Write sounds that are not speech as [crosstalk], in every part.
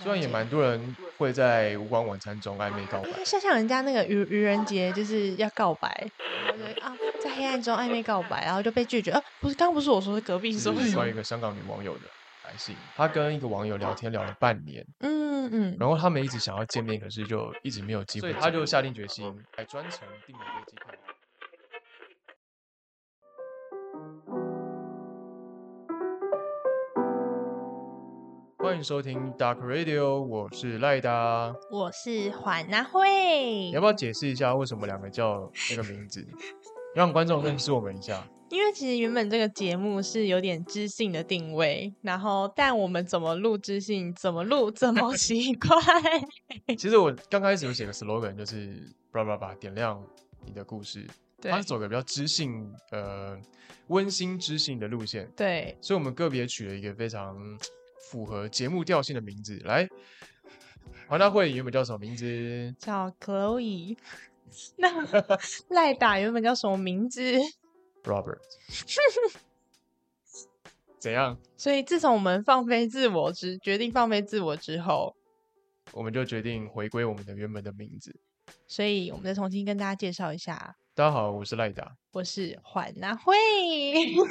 虽然也蛮多人会在无关晚餐中暧昧告白因，为像像人哎家那个愚愚人节就是要告白，然后就啊在黑暗中暧昧告白，然后就被拒绝。啊，不是，刚不是我说是隔壁是说的吗关于一个香港女网友的来信。她跟一个网友聊天聊了半年，嗯嗯，然后他们一直想要见面，可是就一直没有机会见面。所以他就下定决心，还专程订了飞机票。欢迎收听 Dark Radio，我是赖达。我是缓拿慧你要，不要解释一下为什么两个叫那个名 [laughs] 字，让观众认识我们一下？因为其实原本这个节目是有点知性的定位，然后但我们怎么录知性，怎么录这 [laughs] 么奇怪，其实我刚开始有写个 slogan，就是叭叭叭，点亮你的故事。对它是走个比较知性、呃温馨知性的路线，对，所以我们个别取了一个非常符合节目调性的名字。来，华纳会原本叫什么名字？叫 Chloe。那 [laughs] 赖打原本叫什么名字？ Robert，怎样？所以自从我们放飞自我之决定放飞自我之后，我们就决定回归我们的原本的名字。所以我们再重新跟大家介绍一下，大家好，我是赖达。我是缓拿慧。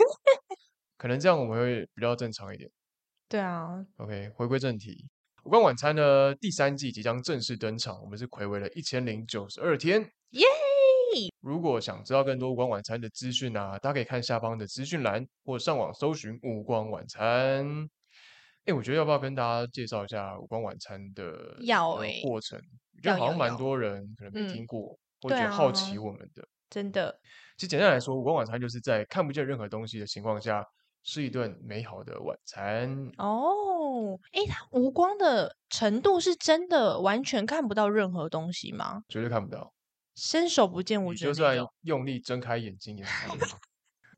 [laughs] 可能这样我们会比较正常一点。对啊， OK，回归正题，《无关晚餐》呢第三季即将正式登场，我们是暌违了一千零九十二天，耶！如果想知道更多《无关晚餐》的资讯啊，大家可以看下方的资讯栏，或上网搜寻“无关晚餐”。哎，我觉得要不要跟大家介绍一下《无关晚餐》的要呃欸过程？我觉要得好像要蛮要多人可能没嗯听过，或者对觉得好啊奇我们的。真的，其实简单来说，《无关晚餐》就是在看不见任何东西的情况下，吃一顿美好的晚餐。哦，诶，它无光的程度是真的完全看不到任何东西吗？绝对看不到，伸手不见五你指的就那算种。用力睁开眼睛也是看不 [laughs] 到。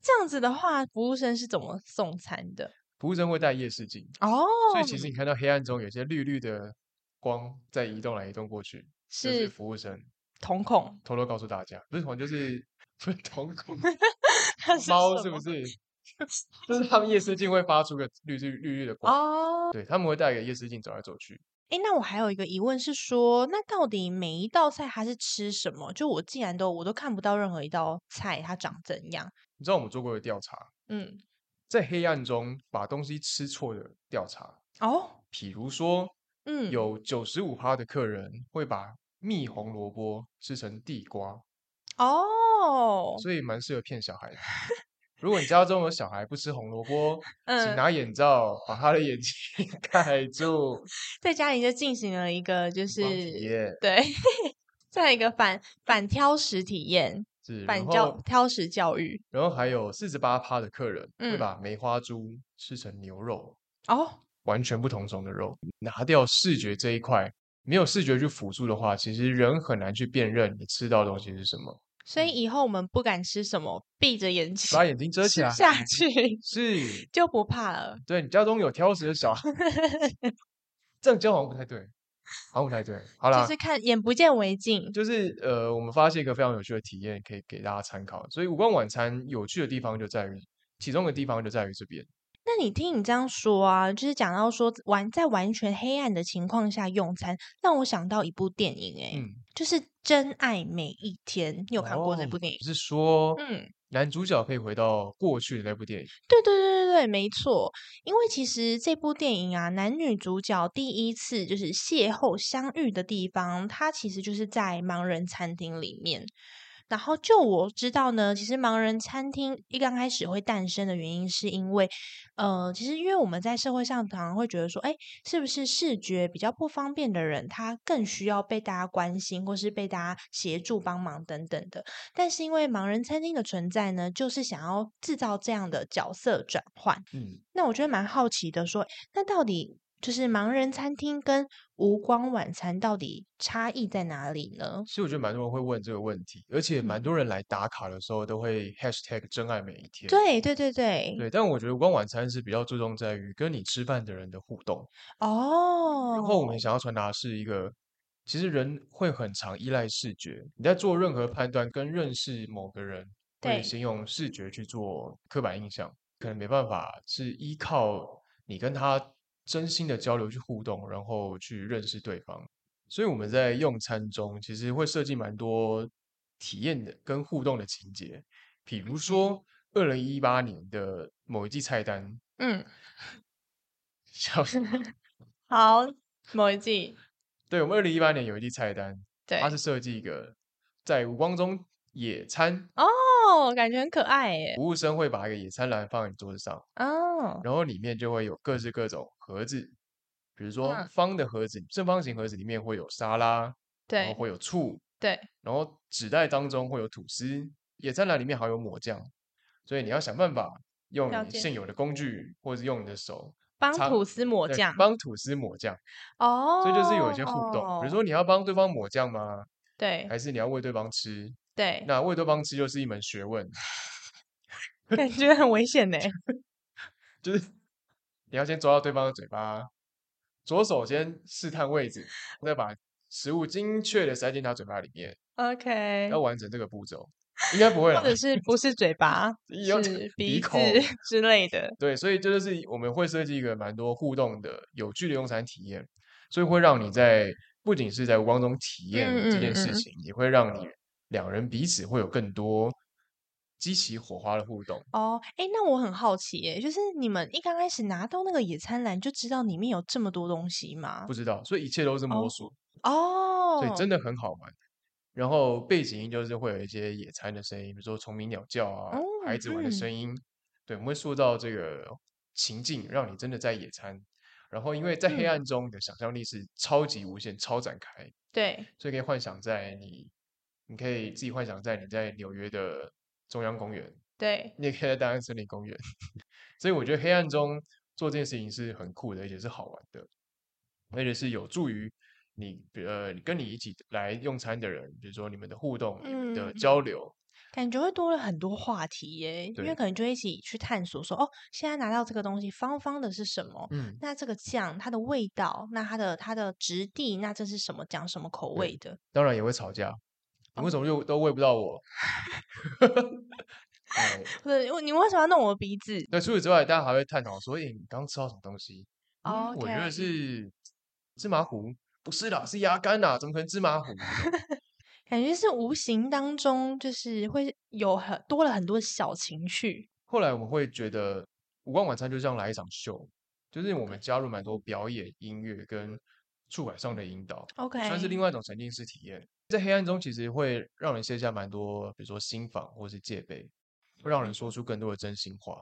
这样子的话，服务生是怎么送餐的？服务生会带夜视镜，哦，所以其实你看到黑暗中有些绿绿的光在移动来移动过去，这是是服务生瞳孔， [laughs] 偷偷告诉大家，不是同就是不是瞳孔猫猫是不？是？ [laughs] 就是他们夜视镜会发出个绿绿绿绿的光，哦，对他们会带个夜视镜走来走去。诶，那我还有一个疑问是说，那到底每一道菜它是吃什么？就我既然都我都看不到任何一道菜它长怎样，你知道我们做过的调查，嗯，在黑暗中把东西吃错的调查，哦，比如说嗯，有九十五趴的客人会把蜜红萝卜吃成地瓜，哦，所以蛮适合骗小孩的。 [laughs] 如果你家中有小孩不吃红萝卜，请嗯，拿眼罩把他的眼睛 [laughs] 盖住，在家里就进行了一个就光体是验对， [laughs] 再一个反反挑食体验，是。然反教后，挑食教育，然后还有四十八趴的客人会嗯把梅花猪吃成牛肉，哦，完全不同种的肉。拿掉视觉这一块，没有视觉去辅助的话，其实人很难去辨认你吃到的东西是什么。所以以后我们不敢吃什么，闭着眼睛嗯把眼睛遮起吃来，下去 [laughs] 是就不怕了。对你家中有挑食的小孩， [laughs] 这样教好像不太对，好像不太对。好啦， [laughs] 就是看眼不见为净，就是呃，我们发现一个非常有趣的体验，可以给大家参考。所以五光晚餐有趣的地方就在于，其中的地方就在于这边。那你听你这样说啊，就是讲到说完在完全黑暗的情况下用餐，让我想到一部电影、欸，嗯，就是《真爱每一天》，你有看过这哦部电影？只是说，嗯，男主角可以回到过去的那部电影，对对对对对，没错。因为其实这部电影啊，男女主角第一次就是邂逅相遇的地方，它其实就是在盲人餐厅里面。然后就我知道呢，其实盲人餐厅一刚开始会诞生的原因，是因为，呃，其实因为我们在社会上常常会觉得说，哎，是不是视觉比较不方便的人，他更需要被大家关心，或是被大家协助帮忙等等的。但是因为盲人餐厅的存在呢，就是想要制造这样的角色转换。嗯，那我觉得蛮好奇的说，那到底就是盲人餐厅跟无光晚餐到底差异在哪里呢？其实我觉得蛮多人会问这个问题，而且嗯蛮多人来打卡的时候都会 hashtag 真爱每一天。对对对对，对，但我觉得五光晚餐是比较注重在于跟你吃饭的人的互动。哦，然后我们想要传达的是一个，其实人会很常依赖视觉。你在做任何判断跟认识某个人，会对先用视觉去做刻板印象。可能没办法是依靠你跟他真心的交流去互动，然后去认识对方。所以我们在用餐中其实会设计蛮多体验的跟互动的情节，比如说二零一八年的某一季菜单， [laughs] 嗯， [laughs] 笑死！好，某一季，对我们二零一八年有一季菜单，对，它是设计一个在无光中野餐，哦，感觉很可爱耶，服务生会把一个野餐篮放在你桌子上，哦，然后里面就会有各式各种盒子，比如说嗯方的盒子、正方形盒子里面会有沙拉，然后对会有醋，对，然后纸袋当中会有吐司，野餐篮里面还有抹酱，所以你要想办法用了你解现有的工具或者用你的手帮擦吐司抹对酱，帮吐司抹酱，哦，所以就是有一些互动，比如说哎你要帮对方抹酱吗？对还是你要喂对方吃？对，那喂对方吃就是一门学问， [laughs] 感觉很危 [laughs] 险呢，就是你要先抓到对方的嘴巴，左手先试探位置，再把食物精确的塞进他嘴巴里面， [laughs] OK，要完成这个步骤，应该不会啦或，者是不是嘴巴，有是鼻啊 [laughs] 鼻子孔。 [laughs] 之类的。对，所以这就是我们会设计一个蛮多互动的、有趣的用餐体验，所以会让你在不仅是在无光中体验嗯这件事嗯嗯情，也会让你两人彼此会有更多激起火花的互动。哦，哎，那我很好奇，耶，就是你们一刚开始拿到那个野餐篮就知道里面有这么多东西吗不？知道，所以一切都是摸哦索，哦，所以真的很好玩。然后背景音就是会有一些野餐的声音，比如说虫鸣鸟叫啊、哦孩子玩的嗯声音，对，我们会塑造这个情境，让你真的在野餐。然后因为在黑嗯暗中，你的想象力是超级无限、超展开，对，所以可以幻想在你，你可以自己幻想在你在纽约的中央公园，对，你也可以在大安森林公园。 [laughs] 所以我觉得黑暗中做这件事情是很酷的，而且是好玩的，而且是有助于你呃跟你一起来用餐的人，比如说你们的互动、你们的嗯交流，感觉会多了很多话题耶，因对为可能就一起去探索说，哦，现在拿到这个东西方方的是什么？嗯，那这个酱它的味道，那它的它的质地，那这是什么讲什么口对味的？ [laughs] 当然也会吵架。你哦为什么又都喂不到我？ [laughs] 哎，或者你为什么要弄我的鼻子？那除此之外，大家还会探讨说，诶、你刚吃到什么东西？嗯，我觉得 OK 是芝麻糊，不是啦，是鸭肝啊啦，怎么可能芝麻糊？ [laughs] 感觉是无形当中就是会有很多了很多小情绪。后来我们会觉得，无光晚餐就像来一场秀，就是我们加入蛮多表演、音乐跟触感上的引导， OK，哦算是另外一种沉浸式体验。在黑暗中，其实会让人卸下蛮多，比如说心防或是戒备，会让人嗯说出更多的真心话。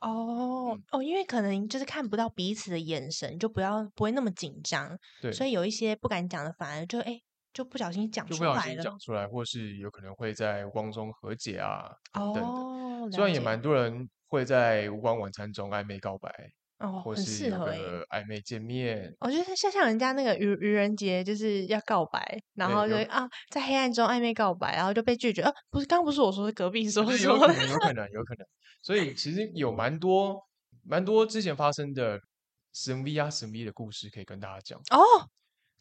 哦、嗯哦，因为可能就是看不到彼此的眼神，就不要不会那么紧张，对，所以有一些不敢讲的，反而就哎、就不小心讲就出不小来心了。讲出来，或是有可能会在无光中和解啊等等的。哦，虽了然也解蛮多人会在无光晚餐中暧昧告白，哦，或很是适有合哎、个暧昧见面，我觉得像像人家那个愚愚人节就是要告白，然对后就有会啊在黑暗中暧昧告白，然后就被拒绝。啊，不是，刚不是我说，是隔 [laughs] 壁说就是有说可能，有可能，有可能。所以其实有蛮多蛮多之前发生的神 V 啊神 V 的故事可以跟大家讲。哦，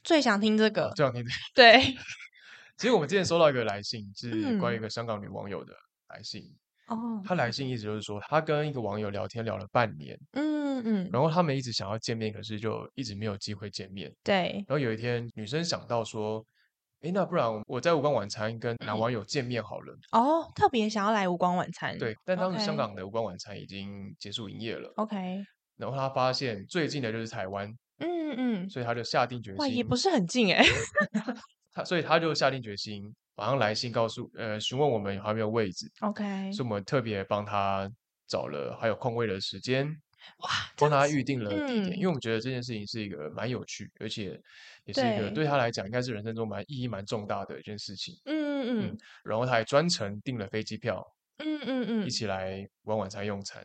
最想听这个 [laughs] 哦，这两天，对，其实我们之前收到一个来信，是关于一嗯个香港女网友的来信。哦，她来信意思就是说，她跟一个网友聊天聊了半年，嗯嗯，然后他们一直想要见面，可是就一直没有机会见面。对，然后有一天，女生想到说：“诶，那不然我在无关晚餐跟男嗯网友见面好了。哦，特别想要来无光晚餐，对，但当时嗯香 OK 港的无关晚餐已经结束营业了。 ，OK，然后他发现最近的就是台湾，嗯嗯，所以他就下定决哇，也心不，是很近哎、他所以他就下定决心，马上来信告诉呃询问我们有还有没有位置， o k 所以我们特别帮他找了还有空位的时间，哇，帮这样他子预定了地点，嗯因为我们觉得这件事情是一个蛮有趣，而且也是一个对对他来讲应该是人生中蛮意义蛮重大的一件事情。嗯嗯然后他还专程订了飞机票，嗯嗯嗯一，起来玩晚餐用餐。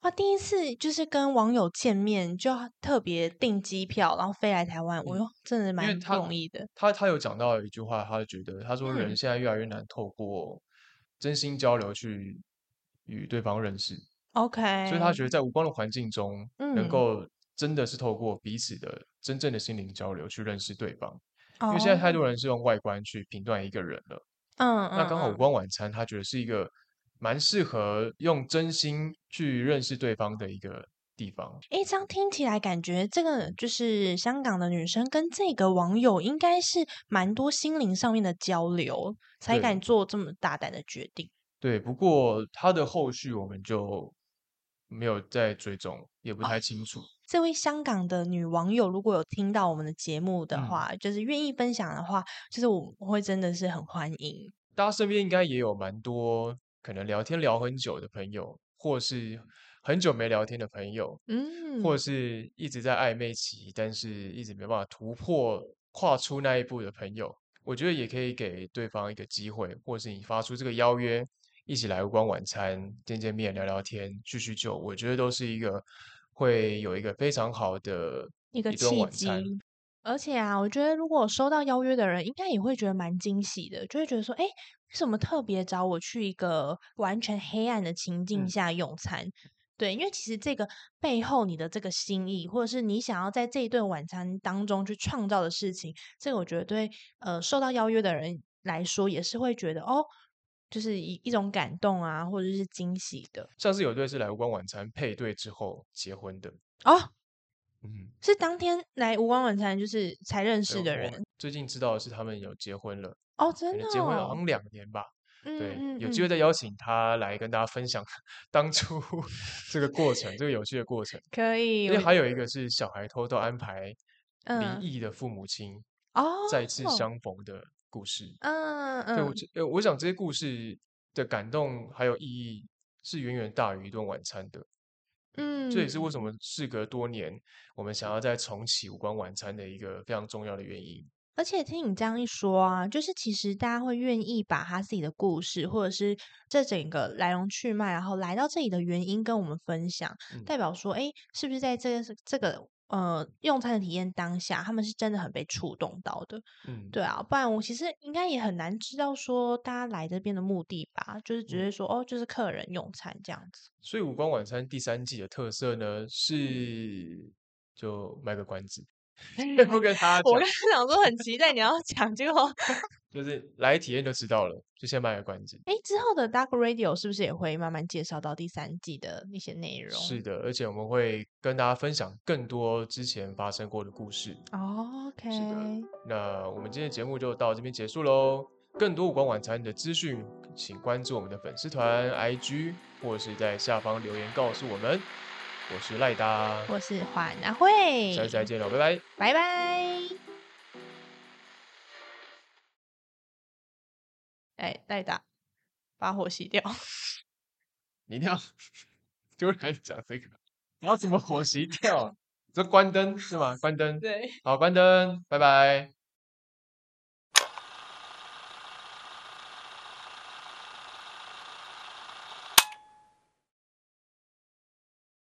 哇，第一次就是跟网友见面，就要特别订机票，然后飞来台湾，我嗯哟，真的因为蛮不他容易的。他他有讲到一句话，他觉得他说人嗯现在越来越难透过真心交流去与对方认识， OK，所以他觉得在无光的环境中，能哎嗯够真的是透过彼此的真正的心灵交流去认识对方。得因为现在太哦，多人是用外观去评断一个人了，嗯嗯，那刚好无嗯光晚餐，他觉得是一个蛮适合用真心去认识对方的一个地方。诶，这样听起来感觉这个就是香港的女生跟这个网友应该是蛮多心灵上面的交流，才对敢做这么大胆的决定。对，不过他的后续我们就没有再追踪，也不太清楚。这位香港的女网友如果有听到我们的节目的嗯话，就是愿意分享的话，就是我我会真的是很欢迎。大家身边应该也有蛮多可能聊天聊很久的朋友，或是很久没聊天的朋友，嗯，或是一直在暧昧期，但是一直没办法突破跨出那一步的朋友，我觉得也可以给对方一个机会，或是你发出这个邀约，一起来无关晚餐见见面、聊聊天、叙叙旧，我觉得都是一个会有一个非常好的一个顿契晚机餐。。而且啊，我觉得如果收到邀约的人，应该也会觉得蛮惊喜的，就会觉得说，哎，为什么特别找我去一个完全黑暗的情境嗯下用餐？对，因为其实这个背后你的这个心意，或者是你想要在这一顿晚餐当中去创造的事情，这个我觉得对呃受到邀约的人来说，也是会觉得哦，就是一一种感动啊，或者是惊喜的像是有对是来无关晚餐配对之后结婚的，哦。嗯，是当天来无光晚餐就是才认对识的我人最近知道的是他们有结婚了，哦，可真的能结婚好哦像两年吧。对，嗯嗯有机嗯，会再邀请他来跟大家分享 [laughs] 当初这个过程，这个有趣的过程。可以，因为我还有一个是小孩偷偷安排离嗯异的父母亲哦，再次相逢的故事。嗯对，我嗯，觉呃我想这些故事的感动还有意义是远远大于一顿晚餐的。嗯，这也是为什么事隔多年，我们想要再重启无关晚餐的一个非常重要的原因。而且听你这样一说啊，就是其实大家会愿意把他自己的故事，或者是这整个来龙去脉，然后来到这里的原因跟我们分享，嗯代表说，哎，是不是在这个这个呃用餐的体验当下，他们是真的很被触动到的？嗯，对啊，不然我其实应该也很难知道说大家来这边的目的吧，就是只嗯是说、哦，就是客人用餐这样 [laughs] 子。所以《无关晚餐》第三季的特色呢嗯是，就卖个关 [laughs] 子，不跟大家我刚，讲刚想说很期待你要讲，结果就是来体验就知道了，就先卖个关子。哎，之后的 Dark Radio 是不是也会慢慢介绍到第三季的那些内容？是的，而且我们会跟大家分享更多之前发生过的故事。哦，OK，是的那我们今天的节目就到这边结束喽。更多无关晚餐的资讯，请关注我们的粉丝团、IG，或是在下方留言告诉我们。我是赖达，我是环阿慧，下次嗯再见喽，拜拜。拜拜。哎，赖打，把火熄掉。 [laughs] 你一定要 [laughs] 突然讲这个，你啊要怎么火熄掉？这关灯是吗？关灯，对。好，关灯，拜拜。